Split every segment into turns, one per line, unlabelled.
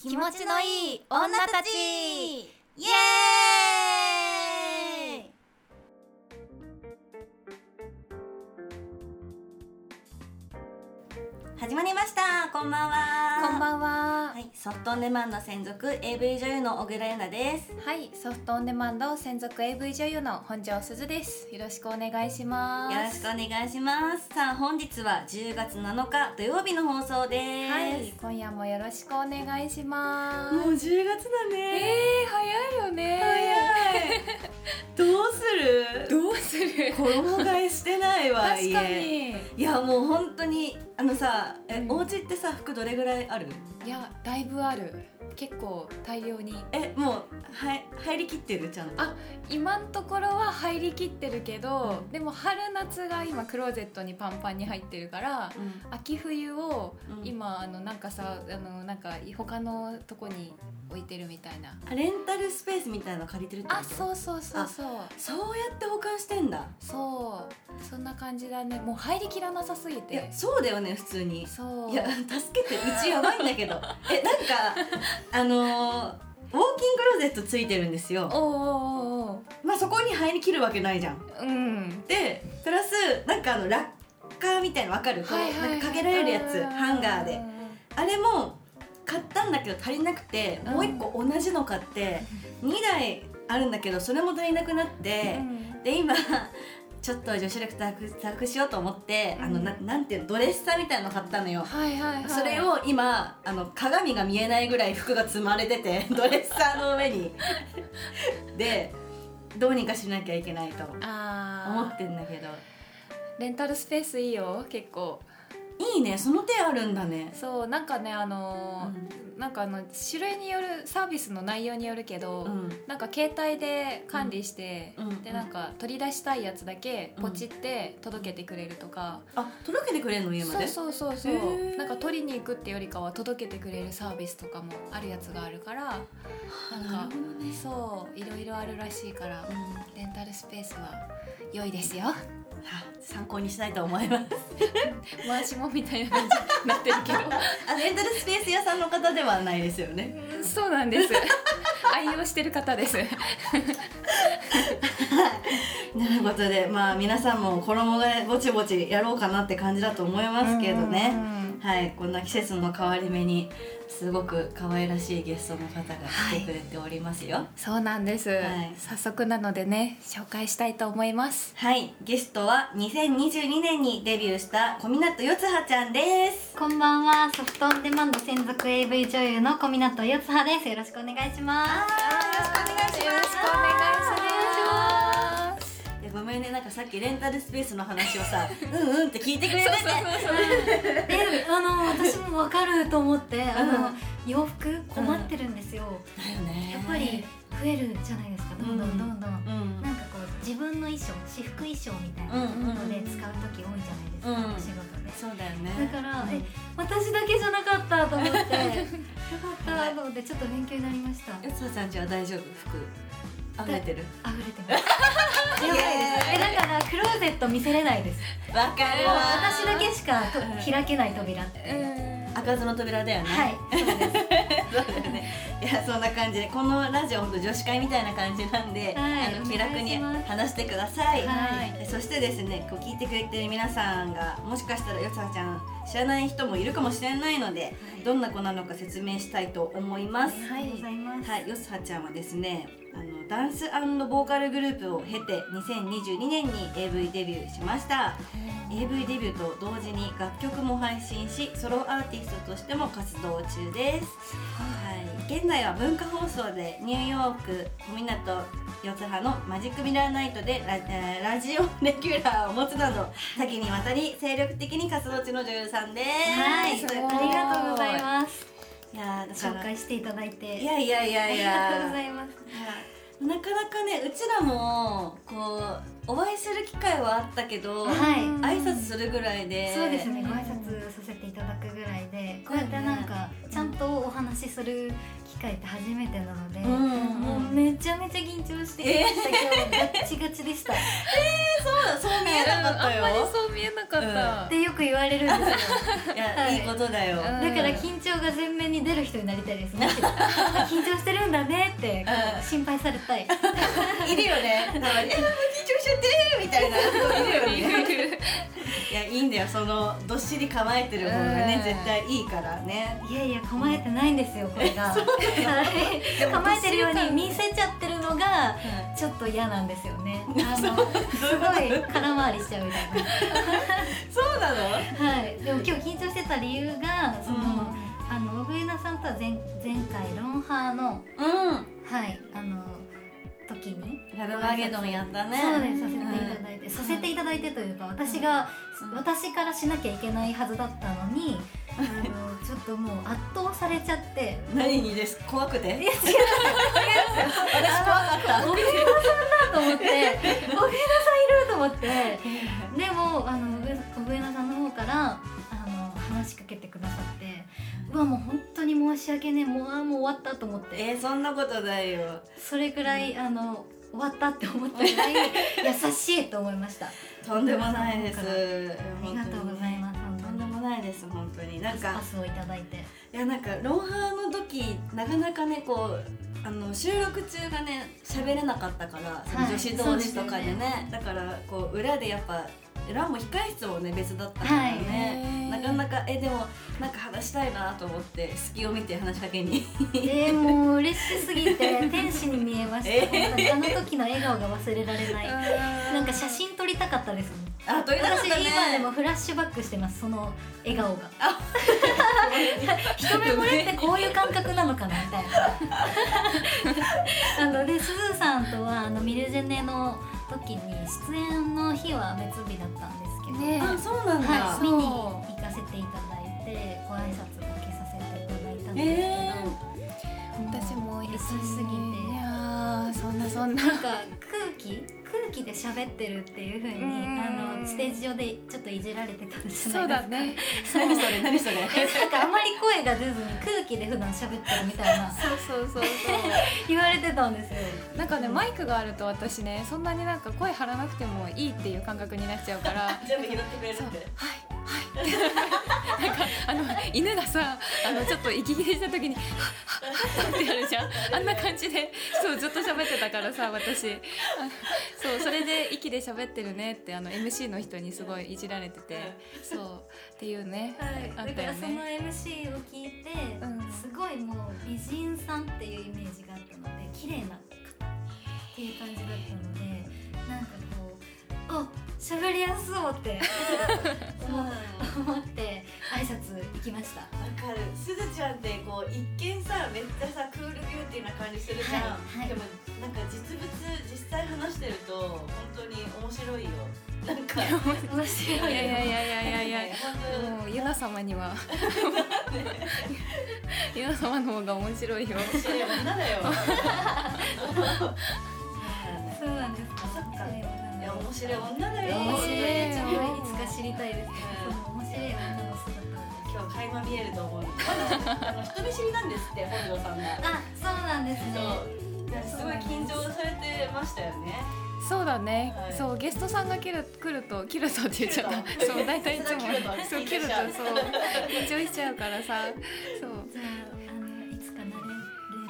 気持ちのいい女たちイエーイ
始まりましたこんばんは
こんばんは
は。い、ソフトオンデマンド専属 AV 女優の小倉優奈です
はい、ソフトオンデマンド専属 AV 女優の本庄すずです。よろしくお願いします。
よろしくお願いしますさあ本日は10月7日土曜日の放送です、
はい、今夜もよろしくお願いします。
もう10月だ
えー
ね、、
早いよね。
早いどうする
どうする
衣替えしてないわ
確か
家
に。
いやもう本当にあのさえ、
うん
お家ってさ服どれぐらいある
いや、だいぶある。結構大量に。
えもうはい入りきってるちゃんと
あ今のところは入りきってるけど、でも春夏が今クローゼットにパンパンに入ってるから
うん
秋冬を
うん
今あのなんかさあのなんか他のとこに置いてるみたいな
あレンタルスペースみたいなの借りてるってこと
あそうそうそうそう
そうやって保管してんだ
そうそんな感じだねもう入りきらなさすぎ
い
て
やそうだよね普通に
そう
いや助けてうちやばいんだけ どえなんかあのーウォーキングクローゼットついてるんですよ
おうおうおう
まあそこに入りきるわけないじゃん
おううん
でプラスなんかあのラッカーみたいなの分かる、こうなんかかけられるやつ
うん
ハンガーであれも買ったんだけど足りなくて
うん
もう一個同じの買って2台あるんだけどそれも足りなくなって
う、ん
で今ちょっと女子力高く高くしようと思って、あの
うん
ななんていうのドレッサーみたいなの買ったのよ、
はいはいはい
それを今あの鏡が見えないぐらい服が積まれて てドレッサーの上にでどうにかしなきゃいけないと思
あ
ってんだけど
ーレンタルスペースいいよ結構
いいねその手あるんだね
そうなんかねあのーなんかあの種類によるサービスの内容によるけど、
うん
なんか携帯で管理して、
うんうん
でなんか取り出したいやつだけポチって届けてくれるとか、
あ届けてくれるの家ま
そう
で
そうそうそ
へ
う
ー
なんか取りに行くってよりかは届けてくれるサービスとかもあるやつがあるから
な
な
んんか、
か
ね
そういろいろあるらしいから
うん
レンタルスペースは良いですよ
は参考にしたいと思います
回しもみたいな感じになってるけど
あレンタルスペース屋さんの方ではないですよね
うんそうなんです 愛用してる方です
なることでまあ皆さんも衣替えぼちぼちやろうかなって感じだと思いますけど
う
ね、
ん
はいこんな季節の変わり目にすごく可愛らしいゲストの方が来てくれておりますよ
そうなんです、
はい
早速なのでね紹介したいと思います
はい、ゲストは2022年にデビューした小湊よつはちゃんです
こんばんは、ソフトオンデマンド専属 AV 女優の小湊よつはです。よろしくお願いします。
よろしくお願いします
いやごめんねなんかさっきレンタルスペースの話を さうんうんって聞いてくれてて
で、あの、私もわかると思って、あの、洋服困ってるんですよ。
だよね
やっぱり増えるじゃないですか、どんどんどんどん。なん
う
か
ん
こう、自分の衣装、私服衣装みたいな
うんうん
ので使う時多いじゃないですか、
うん
お仕事で。
そうだよね
だから、
うん
え、私だけじゃなかったと思 って、よかったと思って、ちょっと勉強になりました。
よつはちゃんちは大丈夫服溢れてる
溢れてます。 やばいです。えだからクローゼット見せれないです。
わかる
もう
わ
私だけしかと開けない扉って。
開かずの扉だよね
はい。そうです。
そうだよねいやそんな感じでこのラジオ本当女子会みたいな感じなんで、
はい
あの気楽に
お願いします
話してください、
はい
でそしてですねこう聞いてくれてる皆さんがもしかしたらよさちゃん知らない人もいるかもしれないので、
はい
どんな子なのか説明したいと思います、
ありがとうございます。
はい、よすはちゃんはですねあのダンスボーカルグループを経て2022年に AV デビューしました AV デビューと同時に楽曲も配信しソロアーティストとしても活動中です、はい、現在は文化放送でニューヨーク小湊四葉のマジックミラーナイトでラ,、えーラジオレギュラーを持つなど多岐にわたり精力的に活動中の女優さんです
はい。
すごい
ありがとうございます。
いやーだから
紹介していただいて。
いやいやいやいや
ありがとうございます。
なかなかねうちらもこうお会いする機会はあったけど、
はい
挨拶するぐらいで
そうですね。ご挨拶させていただくぐらいで、こうやってなんかちゃんとお話しする機会って初めてなので。
うんう、
もうんめちゃめちゃ緊張してきましたけど、ガッチガチでした。
そうそう見えなかったよ
あんまりそう見ええなかった、
ってよく言われるんですよ
いや、
はい
い、いことだよ、
うん
だから緊張が前面に出る人になりたいです ねあ緊張してるんだねって
うん
心配されたい
いるよねたまに「いや緊張しちゃってる」みたいな人いるよねいやいいんだよそのどっしり構えてる方がね、
うん
絶対いいからね
いやいや構えてないんですよこれが、はい、構えてるように見せちゃってるのがちょっと嫌なんですよ ねあのすごい空回りしちゃうみたい
そうなの
なはいでも今日緊張してた理由がその、
うん
あの小栗菜さんとは前前回ロンハーの
うん
はいあの時に
ラブマゲドンやったね
そうですさせていただいて、させていただいてというか私
う
が、
ん
私からしなきゃいけないはずだったのに、あのちょっともう圧倒されちゃって
何にです怖く
い
て
や違う違う
私怖かった
小栗菜さんだと思って小栗菜さんいると思ってでもあの小栗菜さんの方からあの話しかけてくださってうわもう本当に申し訳ねえもうあもう終わったと思って
えー、そんなことないよ
それくらい、あの終わったって思ったぐ らい優しいと思いましたあ
とんでもないです
ありがとうございます本
と
当
ん
に
でもないです本当になんか
パスをいただい て
いやなんかロンハーの時なかなかねこうあの収録中がね喋れなかったから、その
はい
女子同士とかでね
そうです
だ
よ
からこう裏でやっぱランも控え室もね別だったからね、
ね
なかなかえでもなんか話したいなと思って隙を見て話しかけに
えー、もう嬉しすぎて天使に見えました、本当にあの時の笑顔が忘れられないなんか写真撮りたかったですもん
あ撮りたかっ
私
たね
今でもフラッシュバックしてますその笑顔が 一目惚れってこういう感覚なのかなみたい なあのですずさんとはあのミルジェネの時に出演の日は別日だったんですけど、
ね
あそうなんだ、
は
そ
い、
う
見に行かせていただいてご挨拶だけさせていただいたんですけど、
え
もう
私も
嬉しすぎ
い
て
やーそんなそんな
なんか空気空気で喋ってるっていう風に
うん
あのステージ上でちょっといじられてたんじ
そ
ゃ
う
ない
だね
ですか。
何それ何それ
えなんかあんまり声が出ずに空気で普段喋ってるみたいな
そうそうそうそう
言われてたんですよ。
なんかねマイクがあると私ねそんなになんか声張らなくてもいいっていう感覚になっちゃうから
全部拾ってくれるっ
そうはい
て
はいなんかあの犬がさあのちょっと息切れした時に「はっはっはっ」ってやるじゃんあんな感じでそうずっと喋ってたからさ私あそうそれで息で喋ってるねってあの MC の人にすごいいじられててそうっていうねあ
は
った
い、だか
よ
らその
ね
MC を聞いて、
うん
すごいもう美人さんっていうイメージがあったので綺麗な方っていう感じだったのでなんかこうあ喋りやすそうって
そうなの
思っ
わ
思って挨拶行きました。
かるすずちゃんってこう一見さめっちゃさクールビューティーな感じするじゃん、
はいはい
でもなんか実物実際話してると本当に面白いよなんか
面白
い
い
やいやいやいやいやいや
本
もうユナ様にはユナ様の方が面白いよ
当に面白い女だよ
そうなんですか。
そっかいや面
面
白
白
い
い
女だよ
面白い
ち
本当に
ょっといつか知りたいですね。その面白い女の姿。
今日垣間見えると思う今度あの人見知りなんですって本庄さんが
あ、そうなんですね。
そうすごい緊張されてましたよね
そうだね、
はい
そうゲストさんが来る来ると来るとって言っちゃっ
来
た
ると
そう大体いつも
来ると
そう来るとそう緊張しちゃうからさそう
じゃああのいつかなれれ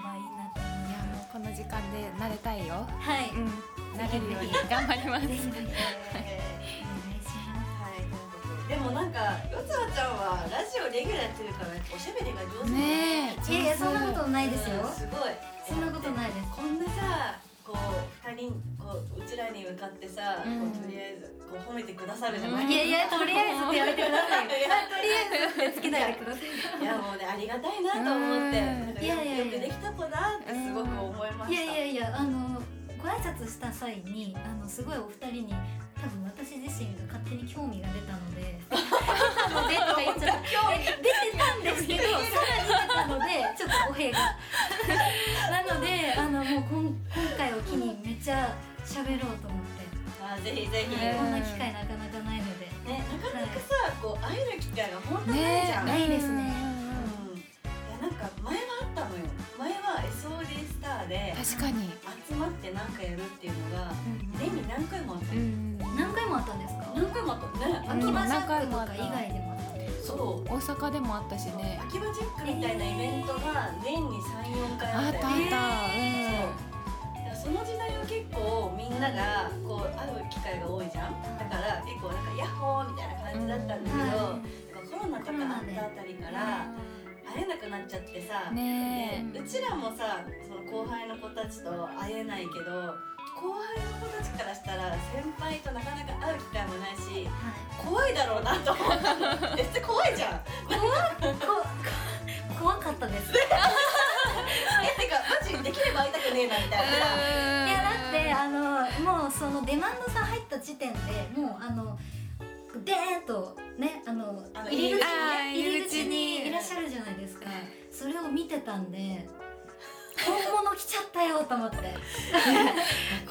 ばいいなと思
い
い
や
ま
もうこの時間で慣れたいよ
す。は
うん慣れるように頑張ります
い。ぜひぜひお願いしま
はいでもなんかよつわちゃんはラジオレギュラーやってるからおしゃべりが上手だ
ねえ
す。いやいやそんなことないですよ。
うんすごい
そんなことないです。
こんなさこう二人こううちらに向かってさ、
うん
こうとりあえずこう褒めてくださるじゃない、
うん
いやいやとりあえずってやめてくだ さい。とり
いや
あえずってつけないでくださ
いやもうねありがたいなと思って、
うん
なんか
いやいやい
よ
や
くできた子だってすごく思いま
い。い
した、
やいやいやあのご挨拶した際にあのすごいお二人に多分私自身が勝手に興味が出たので出たのでとか言っちゃった。出てたんですけどさらに出たのでちょっとお兵がなのであのもうこん今回を機にめっちゃ喋ろうと思って。
あぜひぜひ、
ね
こんな機会なかなかないので。
ねなかなかさこう会える機会が本当ないじゃん、
ねないですね
うんいやなんか前はあったのよ前は SOD スターで
確かに
集まって何かやるっていうのが
うん
年に何回もあった
うん
何回もあったんですか？
何回もあったね秋
クとか以外でもあった
そう
大阪でもあったしね
秋葉チェックみたいなイベントが年に34回あ
あ
っ
ったたあ
よ
った、
ね
うん
その時代は結構みんながこう会う機会が多いじゃんだから結構なんかヤッホーみたいな感じだったんだけど、
は
なんかコロナとかあったあたりから会えなくなっちゃってさ、
ね
でうちらもさその後輩の子たちと会えないけど後輩の子たちからしたら先輩となかなか会う機会もないし怖いだろうなと思っためっちゃ怖いじゃん
いここ 怖かったです
えてかマジできれば会いたくねえなみたいなさ
いやだってあのもうそのデマンドさ入った時点でもうあのでーンとねあの
あの
入り口にね
あー
入
入り
り口
口
に
に
いらっしゃるじゃないですかそれを見てたんで本物来ちゃったよと 思って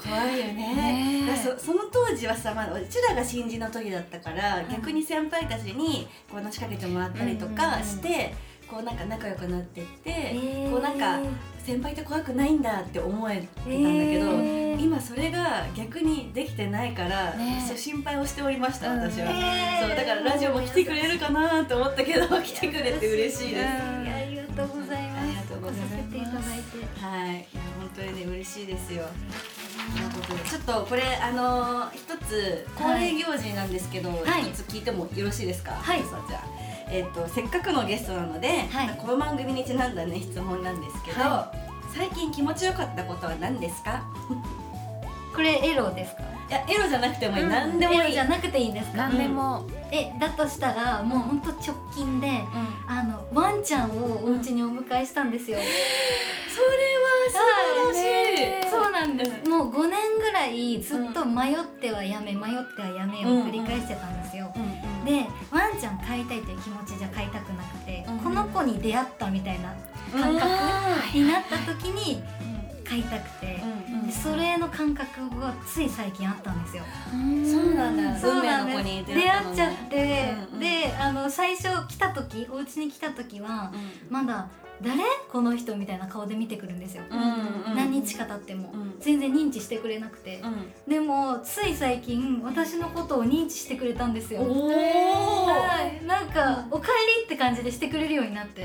怖いよ
ねえ
だからそその当時はさ、まあ、うちらが新人の時だったから、
ん
逆に先輩たちにこう話しかけてもらったりとかして、
う
こうなんか仲良くなってって、
えー
こうなんか先輩って怖くないんだって思えてたんだけど、
えー
今それが逆にできてないから、
ねえ
そう心配をしておりました、
うん
私
え
は、そ
ー
うだからラジオも来てくれるかなと思ったけど来てくれて嬉しいです、
いやありがとうございます
ありがとうございます
来させていただいて
はい、いや本当にね嬉しいですよ。そんなことでちょっとこれあのー一つ恒例行事なんですけど、
はい
一つ聞いてもよろしいですか。
はい
さあじゃあえっ、とせっかくのゲストなので、
はい
この番組にちなんだね質問なんですけど、
は
最近気持ちよかったことは何ですか？
これエロですか
いやエロじゃなくてもいい、
うん
何でもいい。
エロじゃなくていいんですか
何でも、
えだとしたらもうほんと直近で
うん
あのワンちゃんをお家にお迎えしたんですよ。
それは素晴らしい。
ね
そうなんです。もう5年ぐらいずっと迷ってはやめ、迷ってはやめを繰り返してたんですよ。
うんうん
でワンちゃん飼いたいという気持ちじゃ飼いたくなくて、
うん
この子に出会ったみたいな
うん
感覚になった時に飼いたくて、
うん
でそれの感覚がつい最近あったんですよ。
うん
そうなんだ
そうなん
運命の子
です
に出
出
会った
会
のね
っちゃって、
うんうん
であの最初来た時お家に来た時は
うん
まだ誰この人みたいな顔で見てくるんですよ、
うんうん
何日か経っても、
うん
全然認知してくれなくて、
うん
でもつい最近私のことを認知してくれたんですよ
おー
はいなんか「おかえり」って感じでしてくれるようになって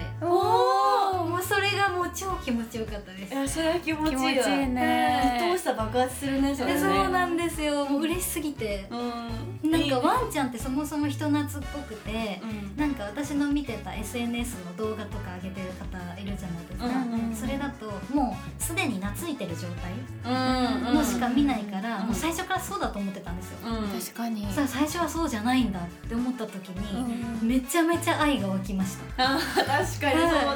お
もうそれがもう超気持ちよかったです
いやそれは気持ちいい
気持
わ
ちいいね
愛おしさ爆発するねそれ
で
ね
そうなんですよもう嬉しすぎて
うん
なんかワンちゃんってそもそも人懐っぽくて
うん
なんか私の見てた SNS の動画とか上げてる方いるじゃないですか、
うん
うん
それだともうすでに懐いてる状態
うん
のしか見ないから、
うん
もう最初からそうだと思ってたんですよ、
うん
確かに
さあ最初はそうじゃないんだって思った時に、
う
めちゃめちゃ愛が湧きました
あー確かにそう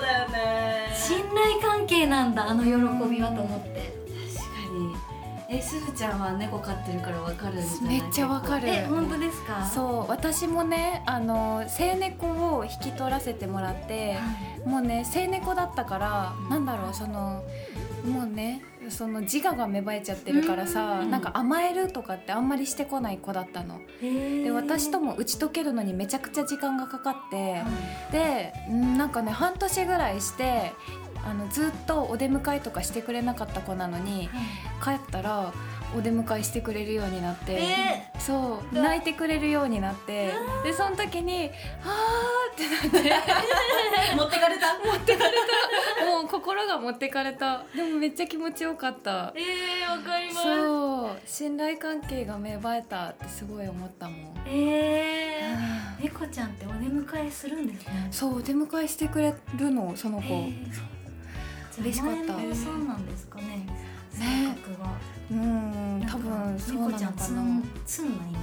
だよね
信頼関係なんだあの喜びはと思って、
確かにえすずちゃんは猫飼ってるからわかるんじゃない
めっちゃわかる
え本当ですか
そう私もねあの性猫を引き取らせてもらって
はい
もうね性猫だったから、
うん
なんだろうそのもうねその自我が芽生えちゃってるからさ、
うん
なんか甘えるとかってあんまりしてこない子だったの。で私と
も、
も打ち解けるのにめちゃくちゃ時間がかかって、でうんなんかね半年ぐらいしてあのずっとお出迎えとかしてくれなかった子なのに帰ったらお出迎えしてくれるようになって。
え
そう
うん
泣いてくれるようになってでその時に「あ ー」ってなって
持ってかれた持ってかれ
もう心が持ってかれたでもめっちゃ気持ちよかった
ー、えー、わかります
そう信頼関係が芽生えたってすごい思ったもん
えー猫ちゃんってお出迎えするんですね
そうお出迎えしてくれるのその
へ
子、
ー
嬉しかった
じゃあ前もそうなんですかね
ね
性格は
うん多
なん
分
か
そうな
猫ちゃ
の
ん
か
ツ
な
ンツンなイメ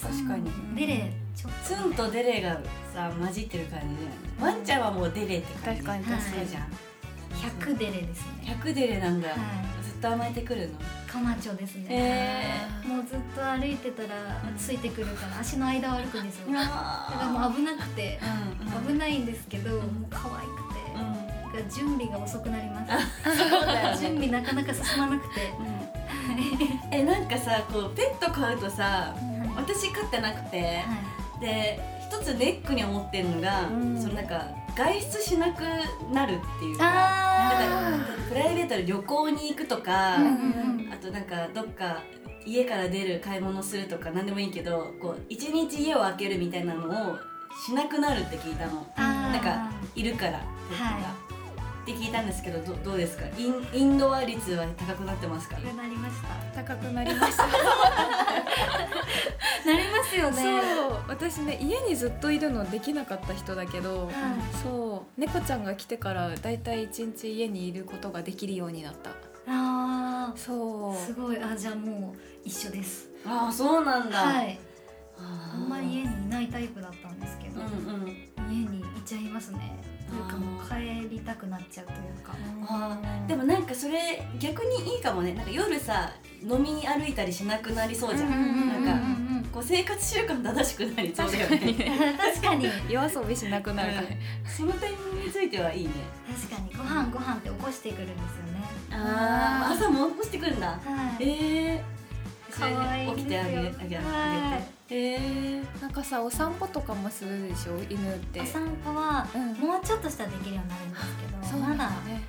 た確かに
ージデレちょっ
ツンとデレがさ混じってる感じだよねワンちゃんはもうデレって感じ
確かに
はい
そうじゃん
と100デレですね
100デレなんだ
は
ずっと甘えてくるの
いカマチョです
え
ね
え
もうずっと歩いてたらついてくるから足の間を歩くんですよだからもう危なくて
うん
危ないんですけどもう可愛くて
うん
だから準備が遅くなります
そうだよね
準備なかなか進ま なくて
えなんかさこうペット飼うとさ
はいは
私飼ってなくて
い
で一つネックに思ってるのが、
うん
そのなんか外出しなくなるっていうかなん
あ
かプライベートで旅行に行くとか、
うん
ーうんうん
あとなんかどっか家から出る買い物するとか何でもいいけどこう一日家を空けるみたいなのをしなくなるって聞いたの
あー
なんかいるからってことが、
はい
って聞いたんですけどどどうですかインインドア率は高くなってますか
高くなりました
高くなりました
なりますよね
そう私ね家にずっといるのできなかった人だけど、
はい
そう猫ちゃんが来てからだいたい一日家にいることができるようになった
あ
そう
あすごいあじゃあもう一緒です
ああそうなんだ、
はい
あ
あんまり家にいないタイプだったんですけ
う
ど、
んうん
家にいちゃいますねというかもう
あ
帰りたくなっちゃうというか
あーでもなんかそれ逆にいいかもねなんか夜さ飲み歩いたりしなくなりそうじゃん、
うんうん
なんか
ん
こう生活習慣正しくなりそうだよね
確かに
夜遊びしなくなるからね、
その点についてはいいね
確かにご飯ご飯って起こしてくるんですよね
あー朝も起こしてくるんだ
はい
ええー、
かわいいん
それで起きてあげあげあげ
は
てえー、
なんかさお散歩とかもするでしょ犬って
お散歩は
うん
もうちょっとしたらできるようになるんですけ
そ
ど
うな
ま
んだ
だ
よ
あ
ね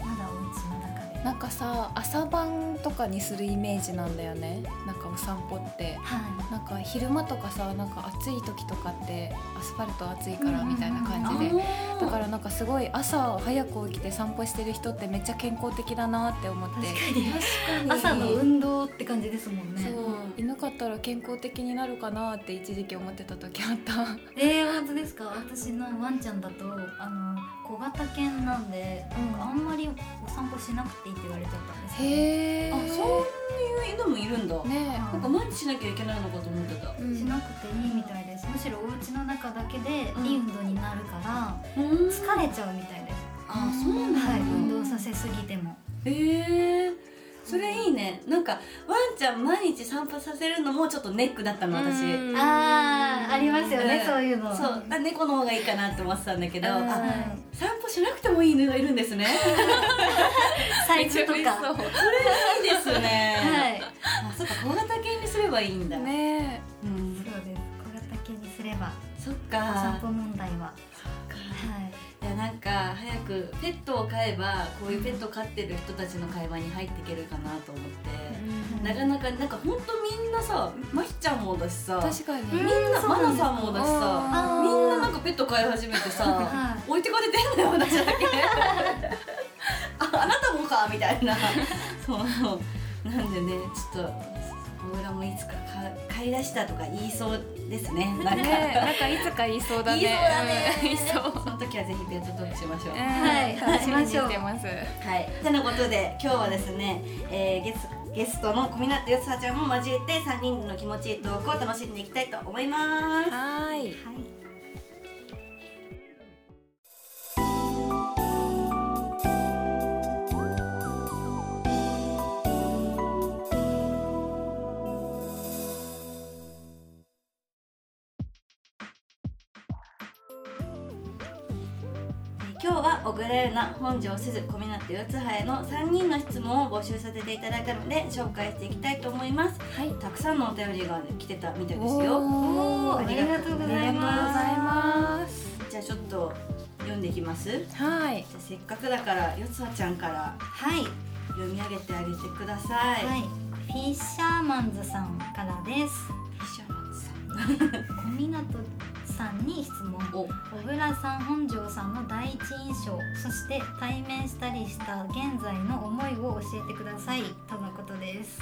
のまだお家の中で
なんかさ朝晩とかにするイメージなんだよねなんかお散歩って
は
なんか昼間とかさなんか暑い時とかってアスファルト暑いからみたいな
あ
感じ
ー
で
あ
だからなんかすごい朝早く起きて散歩してる人ってめっちゃ健康的だなって思って
い朝の運動って感じですもんね
そういなかったら健康的になるかなって一時期思ってた時あった
えー、本当ですか私のワンちゃんだとあの小型犬なんで、
うん
なんかあんまりお散歩しなくていいって言われちゃったんですよ
へえ
あそういう犬もいるんだ、
ね
なんか毎日しなきゃいけないのかと思ってた
え、う
し
ん、
なくていいみたいですむしろお家の中だけで
うん
いい運動になるから、
うん
疲れちゃうみたいです、
あそうなんだ、
はい、
うん
運動させすぎても
えー、それいいねなんかワンちゃん毎日散歩させるのもちょっとネックだったの私、
うん
あーありますよね、
うん
そういうの
そうあ猫の方がいいかなって思ってたんだけど、
うん
あ
はい
散歩しなくてもいい犬がいるんですね
サイズと
めっち
か
ゃ嬉しそ
いいですね、
はい
あそっか小型犬にすればいいんだ、
うね
う、
そうんです小型犬にすれば
そっ
お散
か
歩問題はは
い
い
やなんか早くペットを飼えばこういうペット飼ってる人たちの会話に入っていけるかなと思って、
え、
うん
なかなかなんかほんとみんなさまひちゃんもだしさ
確かに
みん
ね
な
そう
マ
な
ナ
んです
さんもだしさ
あー
みんななんかペット飼い始めてさ
はい
置いてかれてんだよ私だ けああなたもかみたいなそうなんでねちょっと小倉もいつかか飼い出したとか言いそうですねなんか
なんかいつか言いそうだね
言いそうだね
うん言いそう
その時はぜひペットトークしましょう、
はい
楽しみにしてます。
はい、てなことで今日はですね、えーゲスゲストの小湊よさちゃんも交えて3人の気持ちいいトークを楽しんでいきたいと思います。
はい。
はい
今日は小倉優奈、本庄すず、小湊よつはへの3人の質問を募集させていただいたので紹介していきたいと思います。
はい。
たくさんのお便りが来てたみたいですよ。
お
あ
ー
りがと
ありがとう
うございます
ございます。
じゃあちょっと読んでいきます。じゃ
はい。
あせっかくだからよつはちゃんから
はい
読み上げてあげてください。
はい、フィッシャーマンズさんからです。
石原さん
小湊さんに質問。
お
小倉さん、本庄さんの第一印象、そして対面したりした現在の思いを教えてくださいとのことです。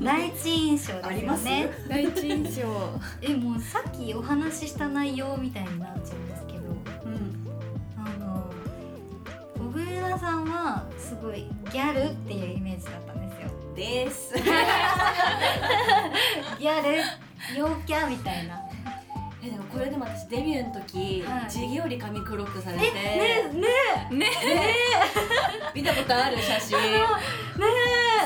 第一印象
あ
で
り
す
ま
よ
す
ね。
第一印象。
え、もうさっきお話しした内容みたいになっちゃうんですけど、
うん。
あの小倉さんはすごいギャルっていうイメージだったんですよ。
です。
ギャル、陽キャみたいな。
えでもこれでも私デビューの時、
はい
地毛より髪黒くされて、
ね
見たことある写 真
ね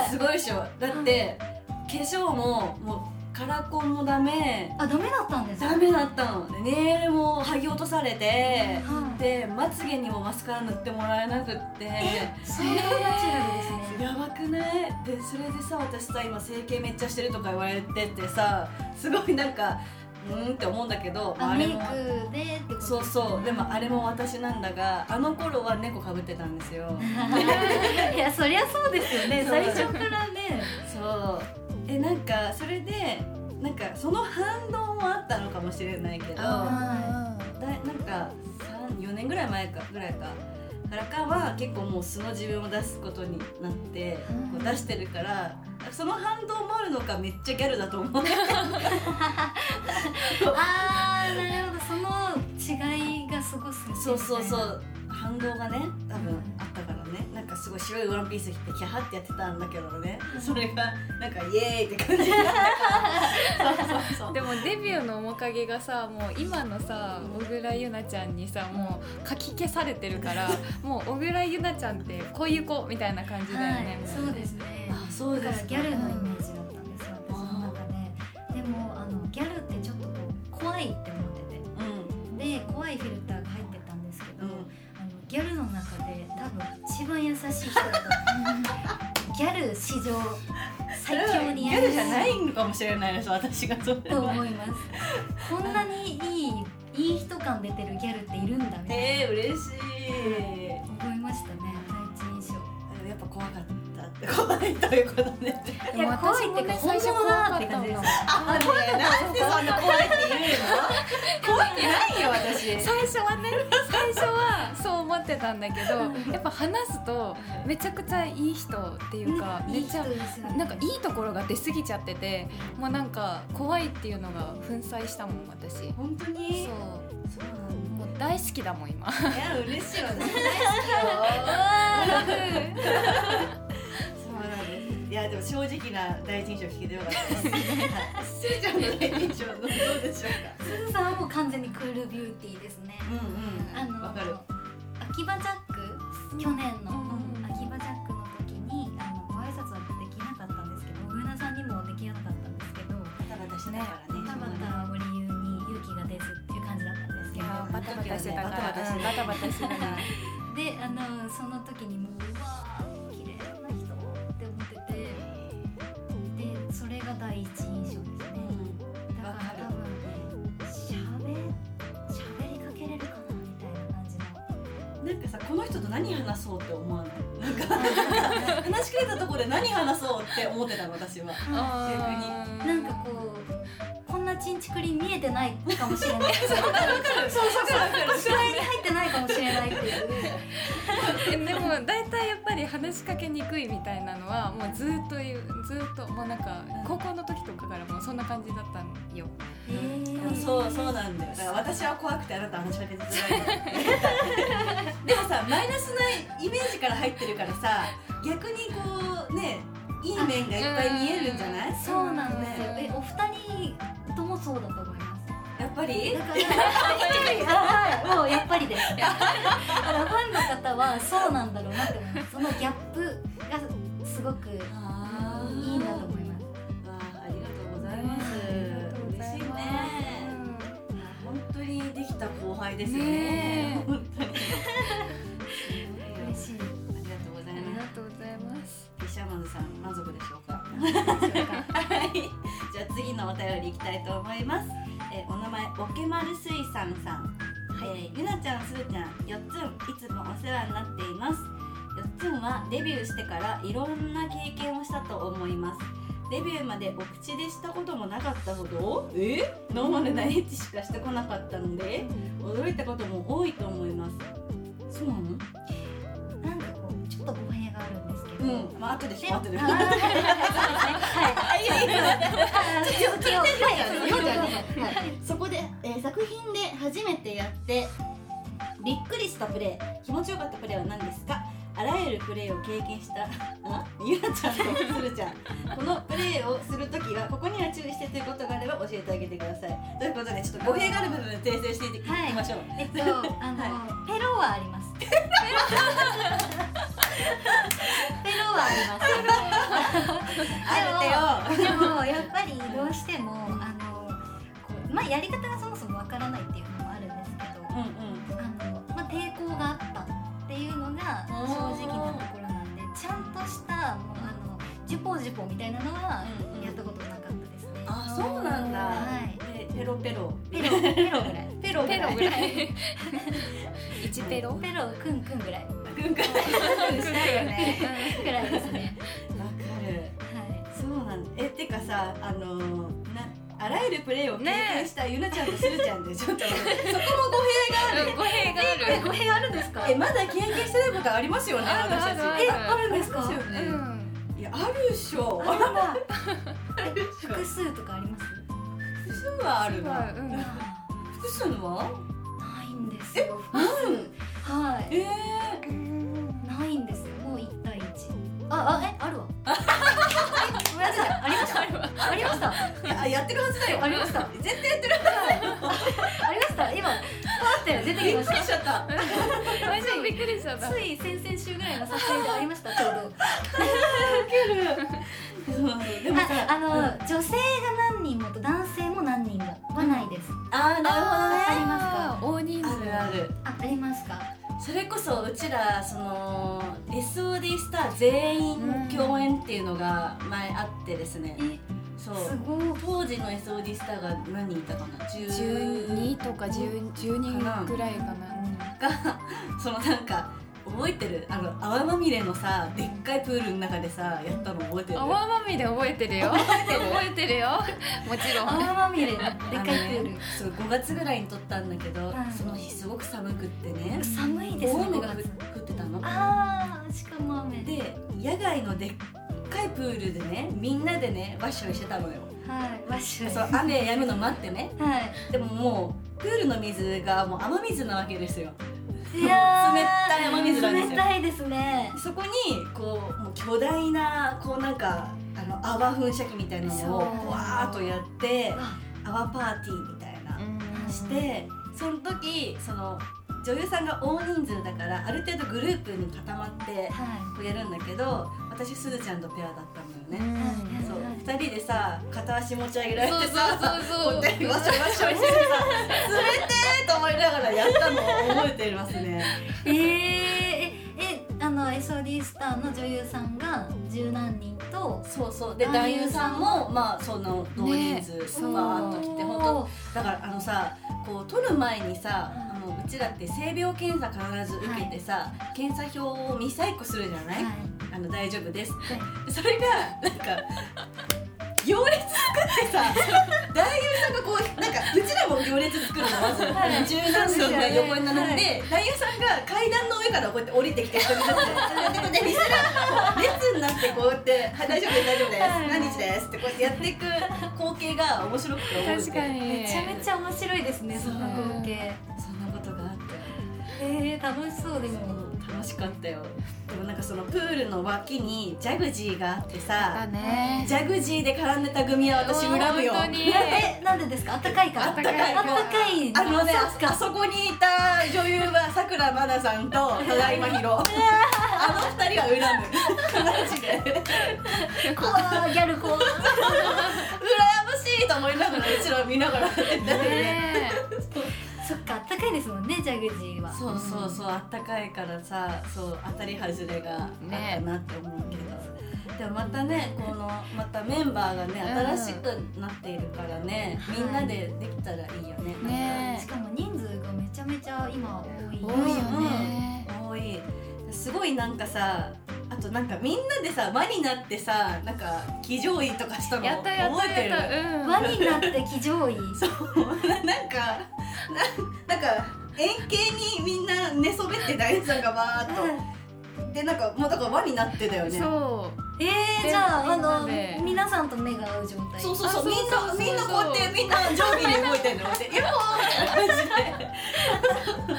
すごいでしょだって化粧ももうカラコンもダメ
あ、ダメだったんですか
ダメだったのでネイルも剥ぎ落とされて
はい
でまつげにもマスカラ塗ってもらえなくって
相当ナチュラルですね
やばくないでそれでさ私さ今整形めっちゃしてるとか言われててさすごいなんかうーんって思うんだけど
あ
あ
メ
れ
イ
も
クでってこと
そうそうでもあれも私なんだがあの頃は猫かぶってたんです よ
いやそりゃそうですよね
そう
最初からね
そうえなんかそれでなんかその反動もあったのかもしれないけどだ
あ
いなんか34年ぐらい前かぐらいかからかは結構もう素の自分を出すことになって、
うん
こう出してるからその反動もあるのかめっちゃギャルだと思う
あーなるほどその違いがすごすぎて
そうそうそ
み
う反動がね多分あったからねなんかすごい白いワンピース着てキャハってやってたんだけどねそれがなんかイエーイって感じになったからそうそうそう
でもデビューの面影がさもう今のさ小倉優奈ちゃんにさもうかき消されてるからもう小倉優奈ちゃんってこういう子みたいな感じ
たい
だよ
な
ね
は。いそうですね
あそう
だ
で
か
す
ら
か
ギャルのイメージだったんですよ私の中ででもあのギャルってちょっとこう怖いって思ってて
うん
で怖いフィルターが入ってたんですけど、
うん
あのギャルの中で多分一番優しい人だと思うギャル史上最強に
ギ
優
ャ
し
ルじゃないのかもしれないです私がそれ
と思いますこんなにいいいい人感出てるギャルっているんだみたいな、
えー、嬉しい
思いましたね第一印象
やっぱ怖かったって怖いということね
でも私もね最初怖かったもん。
あ怖いなんでそんな怖いって言うの怖くないよ 私
最初はね最初はそう思ってたんだけどやっぱ話すとめちゃくちゃいい人っていうかめ
い
っ
い
ち
人
ゃ
ですよね
なんかいいところが出過ぎちゃっててもうなんか怖いっていうのが粉砕したもん私。
本当に
そ
そうなん
うもう大好きだもん今。
だいや嬉しいわね大好きよそうなんですいやでも正直な第一印象聞けてよ かったですすーちゃんの第一印象どうでしょうか
すずさんはもう完全にクールビューティーですね、あ
うんうん
の
わかる
秋葉ジャッ ク去年の
うん
秋葉ジャックの時にあのご挨拶はできなかったんですけど上田さんにもできなかったんですけど
バタバタしてたからね
バタバタを理由に勇気が出ずっていう感じだったんですけど
や
バタバタしてたから
バタバタしてた
バタバタしてたから
であのその時にもううわー綺麗な人って思っててでそれが第一印象ですねだ
わ
か
からる
多分しゃべしゃべりかけれるかなみたいな感じの
なんかさこの人と何話そうって思わないな んか話しかけたところで何話そうって思ってたの私は
あー
なんかこうこんなちんちくり見えてないかもしれない
そうそうそう
視界に入ってないかもしれないっていう
えでも大体やっぱり話しかけにくいみたいなのはもうずっと言うずっともうなんか高校の時とかからもうそんな感じだったんよ。
そうそうそうなんだよだから私は怖くてあなた話しかけづらいでもさマイナスなイメージから入ってるからさ逆にこうねいい面がいっぱい見えるんじゃない
そうなんですよえお二人ともそうだと思います
やっぱり
だからあはいもうやっぱりですだからファンの方はそうなんだろうなって思いますそのギャップがすごくい
あー
いなと思います
わあありがとうございます
ありがとうござい
嬉しい
ます
ね本当にできた後輩ですよね。
ねえ
本当に。
嬉しい
ありがとうござ
あ
い
りが
ま
とうございます。
す。フィッシャーマンズさん満足でしょうか。
でしょうか
はい。じゃあ次のお便りいきたいと思います。えーお名前ボケマル水産さん。えーゆなちゃんすーちゃんよっつんいつもお世話になっています。よっつんはデビューしてからいろんな経験をしたと思います。デビューまでお口でしたこともなかったほどえノーマルなエッチしかしてこなかったので驚いたことも多いと思いますそうなの
なんかこうちょっと語弊があるんですけど、
うんまあ後でしょ後で
あーはい。いやいや。気をはい。
ようちゃんねはい、そこで、えー作品で初めてやって
びっくりしたプレー気持ちよかったプレーは何ですかあらゆるプレーを経験したあゆなちゃんとするちゃんこのプレーをするときはここには注意してということがあれば教えてあげてくださいということでちょっと語弊がある部分を訂正していきましょう、
えっとあの、ペロはあります。ペロ
ある
はあります。でもでもやっぱりどうしてもあのこうまあやり方がそもそもわからないっていうのもあるんです
手よ
け
うんうん
ど、あのまあ抵抗があったっていうのが正直なところなんで、ちゃんとしたもうあのジュポジュポみたいなのは
うんうん
やったことなかったですね。
あそうなんだ、
はい
でペロロペロ
ペロペロぐらい
ペロ
ペロぐらい一ペロ
ペロくんくんぐらい
くんくんしたいよね
ぐらいですね
わかる
は
そうなんだえてかさあのーなあらゆるプレーを経験したゆなちゃんとするちゃんでちょっとそこも語弊がある
うん語弊がある
い語弊あるんですか
えまだ経験してないことありますよね
ある
私たち
ある
え
ある
あるんですか
あり
う
い
ん
やあるっしょ
あらら
あるっしょ
複数とかあります
複数はあるな
うん
複数のは
ないんですよ複数はい
えー、
ないんですよもう一対一ああえあるわえごめんなさいありましたありました
いややってるはずだよ
ありました
絶対やってる
ありました今パーって出てき
び
ま
っ
した
くりしちゃった
最初びっくりしちゃった
つい先々週ぐらいの撮影でありましたちょうど
そうでもさ
ああの、
うん
女性が何人もと男性も何人もはないです
あーなる
あー大人
ほどねあ
数
るある
あありますか
それこそうちらその SOD スター全員共演っていうのが前あってですね、
え
そう
すごい
当時の SOD スターが何人いたかな
12とか10 10人ぐらいかな
がそのなんか覚えてるあの泡まみれのさでっかいプールの中でさやったの覚えてる
泡まみれ覚えてるよ覚えてるよもちろん
泡まみれのでっかいプ
あ
ー
の
ル、
ねそう5月ぐらいに撮ったんだけど、
はい
その日すごく寒くってね
寒いです
大
ね
雨が降
5月
降ってたの
あーしかも雨
で野外のでっかいプールでねみんなでねワッショイしてたのよ
はいワッシュ
そう雨やむの待ってね
はい
でももうプールの水がもう雨水なわけですよ
いやー
冷たい雨水なんですよ
冷たいですね
そこにこうもう巨大なこうなんかあの泡噴射器みたいなのを
そう
わーっとやって
わ
泡パーティーみたいな
うん
してその時その女優さんが大人数だからある程度グループに固まって
は
こうやるんだけど私すずちゃんとペアだったのよね、
うん
そう
はいはい
2人でさ片足持ち上げられて
そうそう
さ
そうそう
こうやってわしょわしょしてさ「冷てー!」と思いながらやったのを覚えていますね
いえー、ええあの SOD スターの女優さんが十何人と
そうそうで
男
男
優
優
さ
さ
ん
ん
も
もまあその同人数
そう
バーっと来て本当だからあのさこう取る前にさ
うん
あのうちらって性病検査必ず受けてさ、検査表を未採個するじゃない、あの大丈夫です
はい
それがなんか 行列作っ てさ男優さんがこうなんかうちらも行列作るのまず、
はい
柔軟数が横に並んで、男優さんが階段の上からこうやって降りてきて一人ずつででで店がこう列になってこうやって「はい大丈夫です大丈夫です、
はい
何日です」ってこうやってやっていく光景が面白くて覚えて
確かに
めちゃめちゃ面白いですねその光景
そんなことがあったよ
えー、楽しそうでも
楽しかったよでもなんかそのプールの脇にジャグジーがあってさ
だね
ジャグジーで絡んでた組は私恨むよ
本当に
えなんでですかあったかいから
あったかいから
あったかい
あのね
そう
あそあそこにいた女優はさくらまなさんとただいまひろあの二人は恨むマジで羨ま
怖ーギャル怖ー
しいと思いながらうちら見ながらやってたよね
ね
そっかあったかいですもんねジャグジーは
そうそうそうあったかいからさそう当たり外れがあったなって思うけど、でもまたねこのまたメンバーがね
うん
新しくなっているからね、
はい
みんなでできたらいいよね
えね
しかも人数がめちゃめちゃ今多い
え多いよね
多いすごいなんかさあとなんかみんなでさ輪になってさなんか騎乗位とかしたの
やったやった
覚えてる
やったうん
輪になって騎乗位
そう ななんかななんか円形にみんな寝そべって大豆さんがバーっとでなんかもうだから輪になってたよね
そう
えー、じゃああ
全部
の
ね
皆さんと目が合う状態
そうそうそう
あ
みんな
そうそうそうそう
みんなこうやってみんな上下に動いてるのこうやって「よー!」って感じで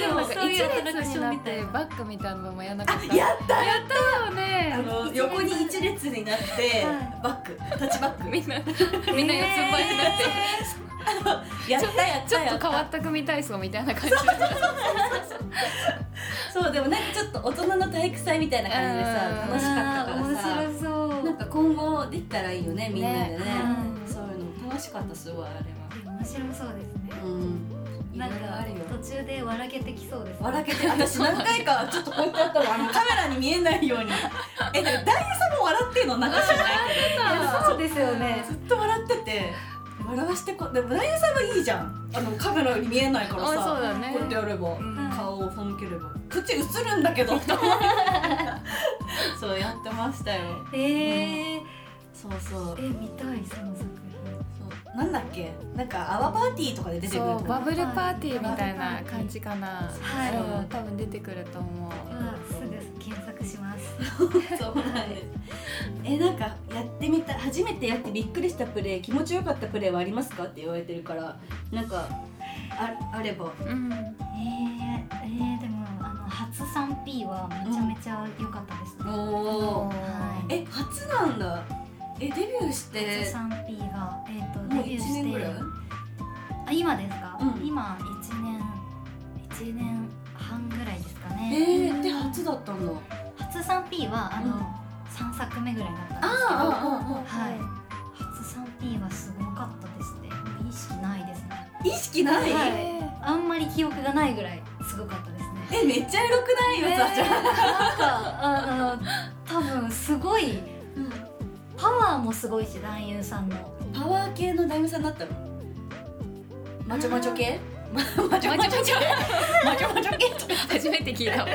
でもなんか
そういう
一
アトラク
列に
ション
な
み
った
い
て
な
バッグみたいなのもやんなかった
あやった
やったよね
あの横に一列になって
は
バックタッチバック
みんなみんな四つん這いになって、
やったやったやった
ちょっと変わった組体操みたいな感じ
そうでもなんかちょっと大人の体育祭みたいな感じでさ
うん
楽しかったからさ
あー面白そう
なんか今後できたらいいよねみんなでね
ね
うん
そういうのも楽しかったすごいあれ
面白そうですね
はうん
なんか
いろいろあるよ
途中で笑けてきそうです、ね。
笑けて私何回かちょっとこうやってやったのあの カメラに見えないようにえでも男優さんも笑ってんの中じゃない
いやそうですよね
ずっと笑ってて笑わしてこでもライオンさんはいいじゃんあのカメラより見えないから
あ
さ
そうだね
こうやってやれば、
うん
顔を背ければ口映るんだけどそうやってましたよ
えー、
そうそう
え見たいその作
そうなんだっけなんか泡パーティーとかで出てくる
そうバブルパーティーみたい
バブ
な
ルパーティー
感じかな、
はい
うん多分出てくると思う
品はすぐ検索します
そうなんですえなんかやってみた初めてやってびっくりしたプレー気持ちよかったプレーはありますかって言われてるからなんかああれば
うん
えー、えー、でもあの初 3P はめちゃめちゃ良かったですね、
お
ー
はい
え初なんだえデビューして
初 3P が、えー、と
もう
デビ
1
ューして
年ぐらい
あ今ですか、
うん
今1年1年半ぐらいですか
え
ね、
ー、で初だったんだ
初 3P はあの、
うん
3作目ぐらいだったんですけ
あ
どはい初 3P はすごかったですね意識ないですね
あ意識ない、
え
はい
ー
あんまり記憶がないぐらいすごかったですね
えめっちゃエロくないよ、
えー
さあちゃん
なんかあの多分すごいパワーもすごいし男優さんの
パワー系のダイムさんだったのマチョマチョ系マチョマチョ
マ
マ
チ
チ
ョマチョマチョマチョ系初めて聞いたマ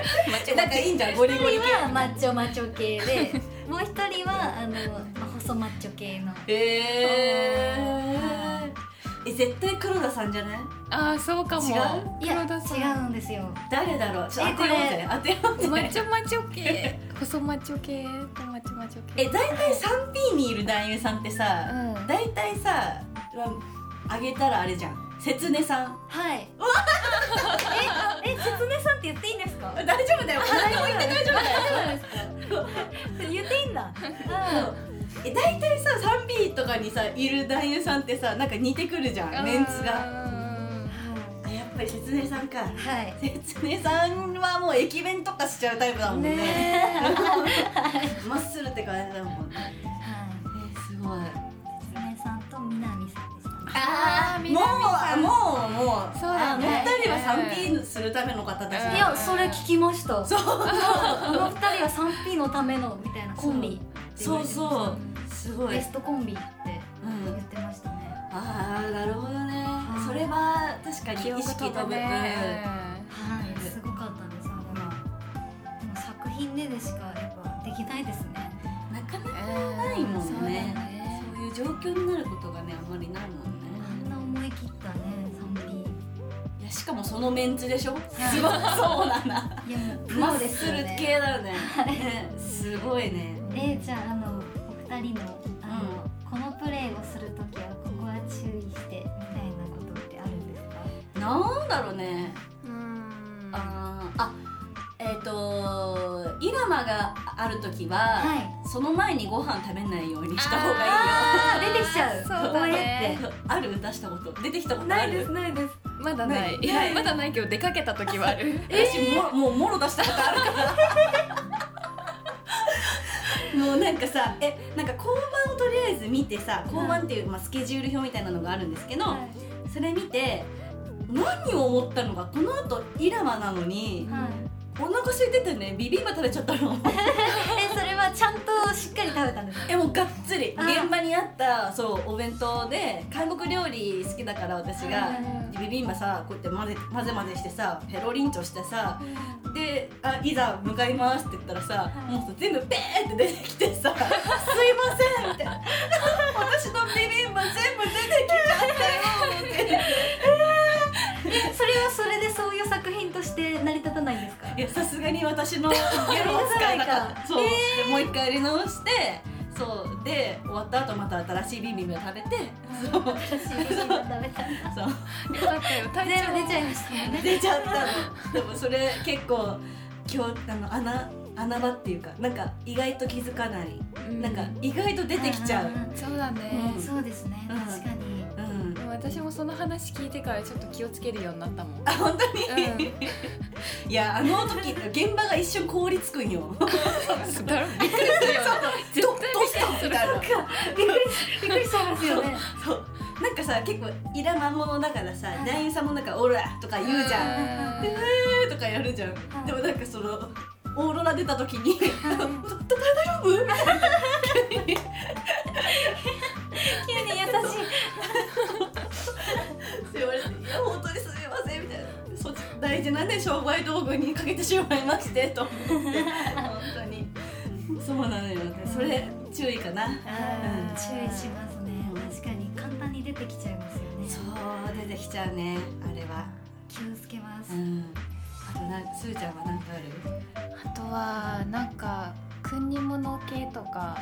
チョ
ョな
マ
んか
チョ
いいんじゃんゴリ
一
ゴリ
人
系
はマッチョマッチョ系でもう一人はあのまあ細マッチョ系の
え
は
ー、え絶対黒田さんじゃない
ああそうかも
違う
いや
黒田さん
違うんですよ
誰だろうちょっ
え
と当てようってね当てようって
マ
ね
チョマチョ系細マチョ系とマチョマチョ系
え大体 3P にいる男優さんって
う
さ
ん
大体さあげたらあれじゃん節音さん
はいええつつねさんって言っていいん ですか
大丈夫だよ何も言って大丈夫だよ
言っていいんだ
え大体さ 3P とかにさいる男優さんってさなんか似てくるじゃんメンツが
が
あやっぱり節音さんか
はい
節音さんはもう駅弁とかしちゃうタイプだもんね まっすぐって感じだもんね
は
えすごい
いつつねさんとみなみさんでしたね
あー
もうあもうもう
そうだね
あの二人は 3P するための方たち
うん
い
だ
やそれ聞きましたそうあの二人は 3P のためのみたいなコンビって言わ
そ
れ
う
てま
そ
した
うすごい
ベストコンビって
うん
言ってましたね
ああなるほどね
い
それは確か
記
に意
憶
識
と
飛
か
ぶ
ね
はい、すごかったです。あの、でも作品ででしかやっぱできないですね。
うんなかなか
な
ないもんね
そうだね
そういう状況になることがねあんまりないもんね
あんな思い切ったね、
いやしかもそのメンツでしょすごいそうだな
3P。いやもうプ
マ
ロ
ッ
です
ス
よ
ル
ね。
系だよねねすごいね
えじゃああのお二人のあの、このプレーをするときはここは注意してみたいなことってあるんですか？
なんだろうね
うん
あーあえっ、とイラマがある時は、
はい。
その前にご飯食べないようにした方がいいよ
あー出てきちゃう。
そうだね
ってある出したこと出てきたことあ
ない
る
ですないです。
まだない
ない
まだないけど出かけた時はある
私ももうもろ出したことあるから もうなんかさえなんか交番をとりあえず見てさ交番っていう、まあ、スケジュール表みたいなのがあるんですけど、
はい。
それ見て何を思ったのかこのあとイラマなのに
はい
お腹空いててねビビンバ食べちゃったの
えそれはちゃんとしっかり食べたんですか？
えもうがっつり
あー
現場にあったそうお弁当で韓国料理好きだから私が
はい
ビビンバさこうやって混ぜ混ぜ混ぜしてさペロリンチョしてさで「あいざ向かいます」って言ったらさ、
はい
もうさ全部ペーって出てきてさ「すいません」みたいな 「私のビビンバ全部出てきちゃったよ」っ
えそれはそれでそういう作品として成り立たないんですか？
ていやさすがに私のゲロを使えなかったそう、でもう一回やり直してそうで終わった後また新しいビビンバを食べてそう
私食べ
そ
た。
う
よかったよ体
全
調
部出ちゃいましたもんね。
出ちゃったのでもそれ結構今日あの穴穴場っていうかなんか意外と気づかない、
うん
なんか意外と出てきちゃう、
そうだ
う
ね
ん
そうですね、
うん
確かに。
うん
でも私もその話聞いてからちょっと気をつけるようになったもん
あ本当に、
うん
いやあの時現場が一瞬凍りつくんよ
だろびっくりするよね
ど
絶対
どうしたみたいな
びっくり、びっくりしちゃいますよね。
そうなんかさ結構イラマンものだからさ
はい
男優さんもなんか「オーロラ」とか言うじゃん
ゃ
で「とかやるじゃん、
い
でもなんかそのオーロラ出た時に「
はい
とと大丈夫?」
急に優しい。
だいてなんで商売道具にかけてしまいましてと思って本当にそうなのよそれ注意かな
あ
うん
ー注意しますね確かに簡単に出てきちゃいますよね
そう出てきちゃうねあれは
気をつけます、
うんあとなすーちゃんは何かある
あとはなんか国物系とか
は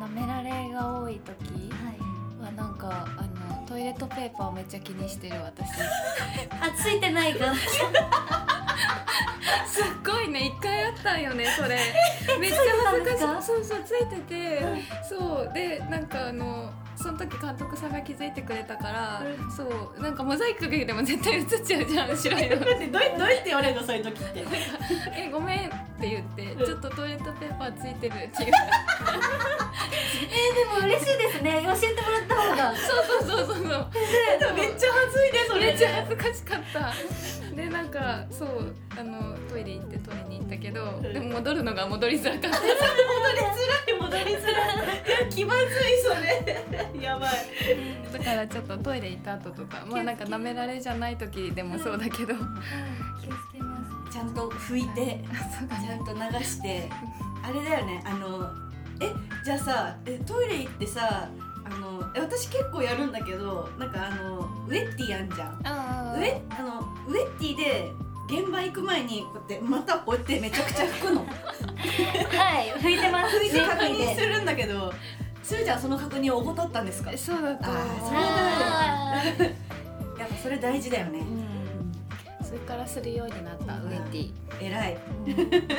い
なめられが多い時
はい
はなんかあのトイレットペーパーをめっちゃ気にしてる私
あついてないか
すっごいね一回あったん よねそれめっちゃ
ついてたんで
恥ずか
すか
しいそうそうついてて
うん
そうでなんかあのその時監督さんが気づいてくれたから、
うん
そうなんかモザイクかけてでも絶対映っちゃうじゃん後ろに
どうやどうやって言われるのそういう時って
えごめんって言って、
うん
ちょっとトイレットペーパーつい てるっていう
えー、でも嬉しいですね教えてもらった方が
そうそうそうそうそう
めっちゃ恥ずいでそ
めっちゃ恥ずかしかったでなんかそうあのトイレ行って取りに行ったけど、
ん
でも戻るのが戻りづらかった
戻 りづらい戻りづらい気まずいそ れやばい
だからちょっとトイレ行った後とかまあなんか舐められじゃない時でもそうだけど
気をつけます
ちゃんと拭いて
そうか
ちゃんと流して あれだよねあのえじゃあさえトイレ行ってさあのえ私結構やるんだけどなんかあのウェッティあんじゃん
あ
ウェあのウェッティで現場行く前にこうやってまたこうやってめちゃくちゃ拭 くの
はい拭いてます
拭いて確認す
る
るんだけどすーちゃんその確認を怠ったんですかやっ
そうだと
あ
思う
ーそう
あー
ぱそれ大事だよね
うんそれからするようになったウェティ
偉い
ウェッテ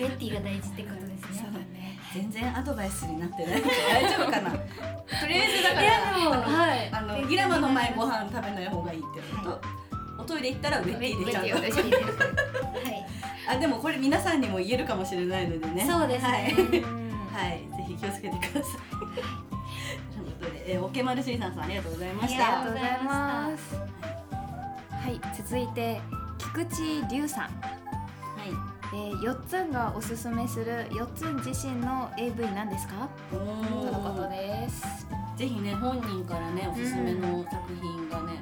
ィが大事ってことです
そうだ
ね。
ね全然アドバイスになってないけど大丈夫かな とりあえずだから
はい
あのギラマの前ご飯食べない方がいいってこと、
は
おトイレ行ったらウェッティでちゃん
ウェッティを
と
ね
は
あでもこれ皆さんにも言えるかもしれないのでね
い、そうです
はい、
ね。
はい、ぜひ気をつけてくださいという ことで、えー、オケマルシーさんさんありがとうございまし
ありが
た
とうございます
はい続いて菊池龍さん
はい
えー、よっつんがおすすめするよっつん自身の AV なんですか
お
とのこと
ー
です
ぜひね本人からねおすすめの作品がね、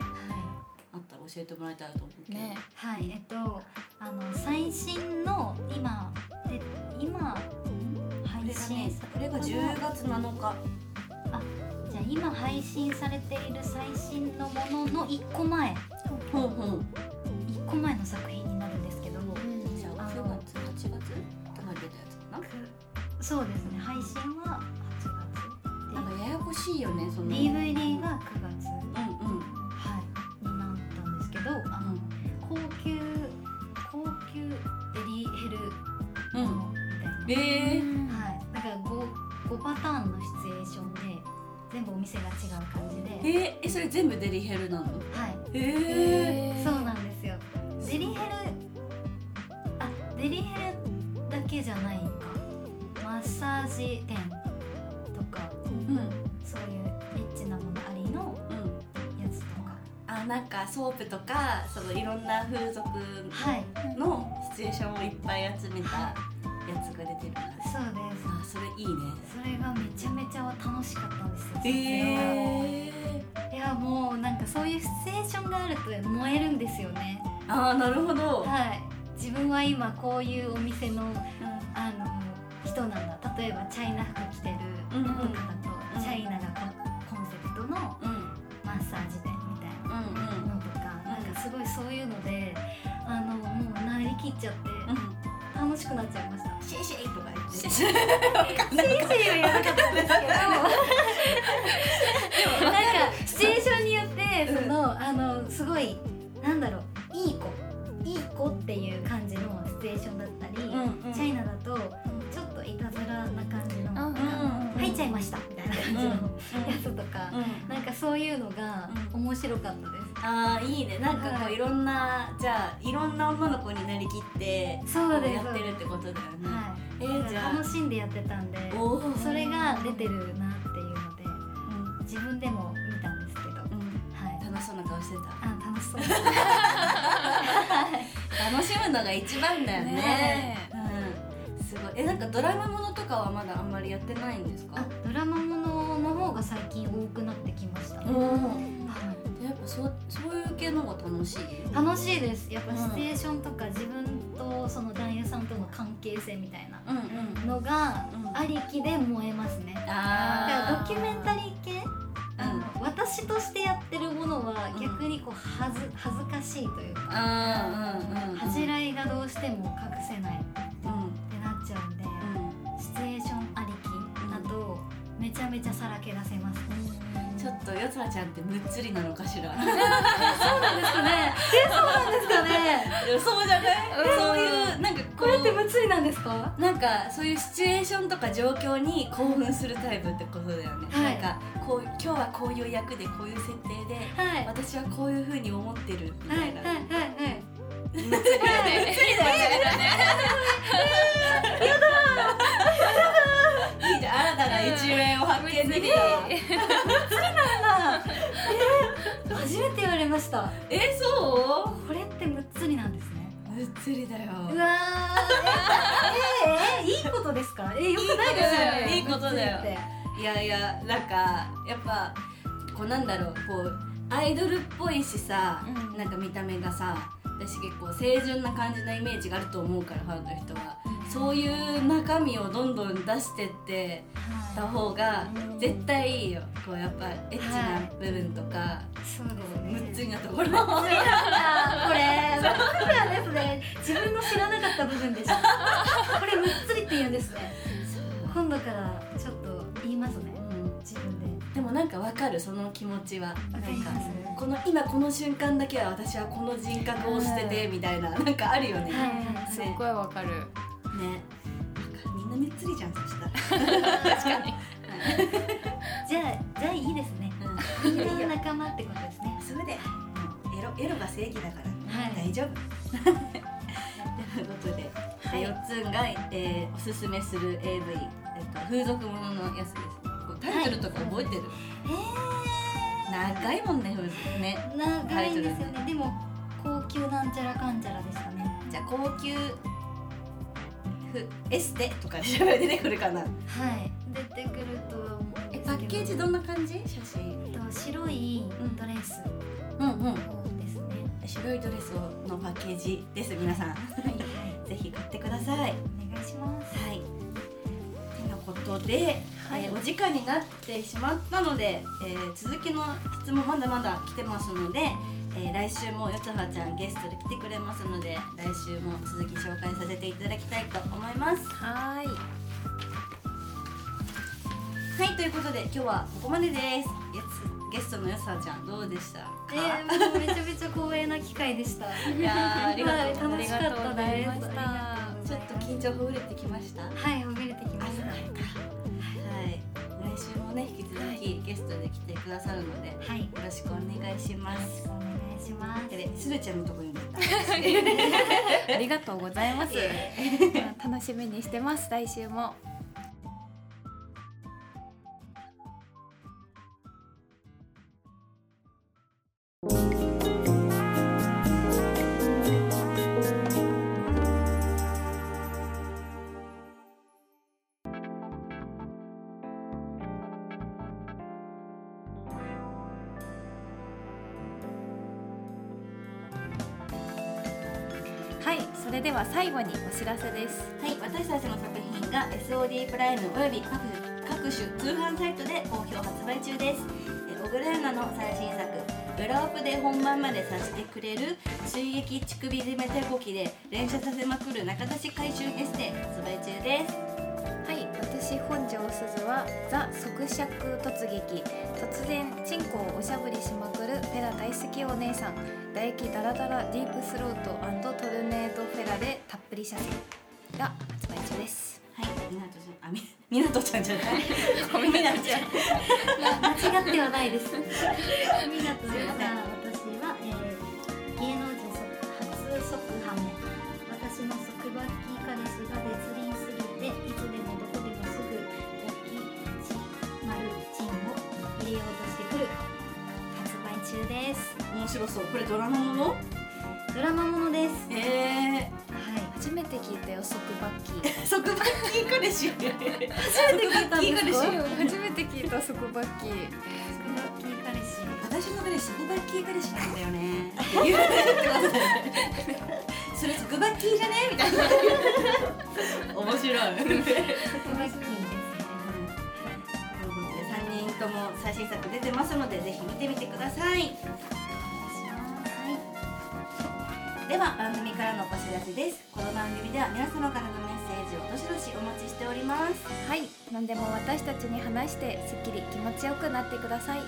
あったら教えてもらいたいと思うけど
ね
はい、はい、えっとあの最新の今で今
これ
配
が
信
ね
さ
これが10月7日
じゃあ今配信されている最新のものの一個前
ほうほう
一個前の作品になるんですけど、
じゃあ
あ
9
の
月8月とかに出たやつかな
そうですね配信は8
なん
月
かややこしいよねその
で DVD が9月
うんうん
はいになったんですけどあの、高級高級デリヘル
うん
ものみたいな、
ええ
はい、だから 5, 5パターンのシチュエーションで全部お店が違う感じ
え
で、
ー、えそれ全部デリヘルなの
はい、
ええ
そうなんですよデリヘルあデリヘルだけじゃないかマッサージ店とか
うんうん
そういうエッチなものありのやつとか
あなんかソープとかそのいろんな風俗
はい
のシチュエーションをいっぱい集めたやつが出てるんだ
そうです
あそれいいね
それがめちゃめちゃ楽しかったんですよ撮影が
ええ
いやもうなんかそういうシチュエーションがあると燃えるんですよね
あーなるほど、
はい自分は今こういうお店のあの人なんだ例えばチャイナ服着てる
うんうん
とかだと、
うん
チャイナがココンセプトの
うんうん
マッサージ店みたい
うん
なのとか、なんかすごいそういうのであのもうなりきっちゃって
うん
楽しくなっちゃいま した
シェイシェイとか言って
シェイ
シーシーはやらなかったんですけど なんかシチュエーションによってそのあのすごいなんだろういい子いい子っていう感じのシチュエーションだったり、
うんうん
チャイナだとちょっといたずらな感じの、
うん
入っちゃいましたみたいな感じの
うん
やつとか、
うん
なんかそういうのが
うん
面白かったで
あーいいねなんかこ
は
う
い
いろんなじゃあいろんな女の子になりきって
す、そうです
やってるってことだよね、
は
え
い、
ー、じゃあ
楽しんでやってたんで
おー
それが出てるなっていうので
う
自分でも見たんですけど、
んうん
はい、
楽しそうな顔してた
あ楽しそう
楽しむのが一番だよね
ね
うん、すごいえなんかドラマものとかはまだあんまりやってないんですか
あドラマものの方が最近多くなってきました、
うん
はい
やっぱそうそういう系の方が楽しい
楽しいですやっぱシチュエーションとか自分とその男優さんとの関係性みたいな
うんうん
のが
うん
ありきで燃えますね、だから
あ
ドキュメンタリー系あの、私としてやってるものは
うん
逆にこうはず恥ずかしいというか
あうんうん
恥じらいがどうしても隠せないっ
うん
てなっちゃうんで、シチュエーションありきだとめちゃめちゃさらけ出せます、
うんちょっとよつらちゃんってむっつりなのか しら
そうなんですかねそうなんですかね
そうじゃないそういうなんかこう
むつりなんですか
なんかそういうシチュエーションとか状況に興奮するタイプってことだよね、
はい
なんかこう今日はこういう役でこういう設定で
はいはい
私はこういうふうに思ってるみた
はい
いな、
はいはい
いいじゃん新たな一面を発見できたわ、
初めて言われました
えそ
これってむっつりなんですね
うむっつりだよ
うわーえーえーいいことですかえー、よくないですよね
いいことだよ
むっつりって
いやいやなんかやっぱこうなんだろうこうアイドルっぽいしさ、
うん
なんか見た目がさ私結構清純な感じなイメージがあると思うからファンの人は、そういう中身をどんどん出してってた方が
うん
絶対いいよこうやっぱエッチな部分とか、
そうですね
むっつりなところ
これはですね自分の知らなかった部分でしたこれむっつりって言うんですね今度からちょっと言いますね
うん
自分で
でもなんかわかるその気持ちはなん
わか
か
ります
この今この瞬間だけは私はこの人格を捨ててみたいななんかあるよね、
はいはい
すっごいわかる
ねみんなめっつりじゃんそしたら
確かに
じゃあじゃあいいですねみんな仲間ってことですね
それでエロエロが正義だから、
はい
大丈夫ということで、
い
でよっつんが、えーおすすめする AV、えっと、風俗もののやつですこうタイトルとか覚えてる、長いもんね風俗ね
えー、長いんですよねでも高級なんちゃらかんちゃらでしたね
じゃあ高級ふエステとかで調べて出てくるかな
はい出てくるとは思うんですけど
どんな感じ写真
えっと白いドレス
うんうん
をですね、
白いドレスのパッケージです皆 さん
はいはい
ぜひ買ってくださいはい
お願いします
てなことで、
はい
えーお時間になってしまったので、えー続きの質問まだまだ来てますので、えー来週もよつはちゃんゲストで来てくれますので来週も続き紹介させていただきたいと思います
はーい
はい、ということで今日はここまでです。ゲスゲストのよさちゃんどうでしたか？
えー、もうめちゃめちゃ光栄な機会で した。
いやーありがとう
はい楽しかった
ありが
です
とうございま
ちょっと緊張ほぐれてきました。はい、
はい、ほぐれてきました。は
来週もね引き続きゲストで来てくださるのでよ
い、よ
ろしくお願いします。
ろしくお願いします。
で、するちゃんのところに行った。
ありがとうございます楽しみにしてます来週もはいそれでは最後にお知らせです
はい、私たちの作品が SOD プライムおよび各各種通販サイトで好評発売中ですえ小倉優奈の最新作「裏オプで本番までさせてくれる水撃乳首締め手こきで連射させまくる中出し回収エステ」発売中です
はい、私本庄すずはザ即尺突撃突然チンコをおしゃぶりしまくるペラ大好きお姉さん唾液ダラダラディープスロートトルネードフェラでたっぷり写真が発売中です
はい、みなとちゃんあみみなとちゃんじゃないごめんなちゃん
間違ってはないです。ありがとうございます。私は、えー、芸能人即初即ハメ。私の束縛期彼氏が別輪すぎて、いつでもどこでもすぐ大きいち丸チンを入れようとしてくる発売中です。
面白そうこれドラマもの
ドラマものです。
ええ
はい。
初めて聞いたよ即バッキ ー
ー、束縛キークレシュ
初めて聞いたんですか
初めて聞いた即バッキー
彼氏
私の彼氏シルバッキー彼氏なんだよ ね」って言うってことそれ束バッキーじゃねみたいな面白いということで
バッキーですね
3人とも最新作出てますのでぜひ見てみてくださいでは番組からのお知らせですこの番組では皆様からのメッセージをどしどしお待ちしております
はい何でも私たちに話してすっきり気持ちよくなってください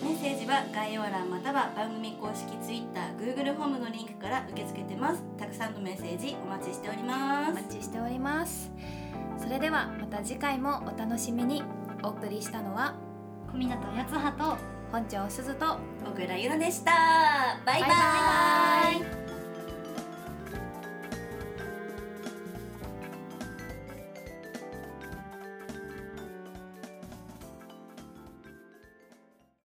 メッセージは概要欄または番組公式 TwitterGoogle ホームのリンクから受け付けてますたくさんのメッセージお待ちしておりま
お
す
待ちしておりますそれではまた次回もお楽しみにお送りしたのは
小湊八葉と
本庄すずと
小倉ゆらでしたバイバイ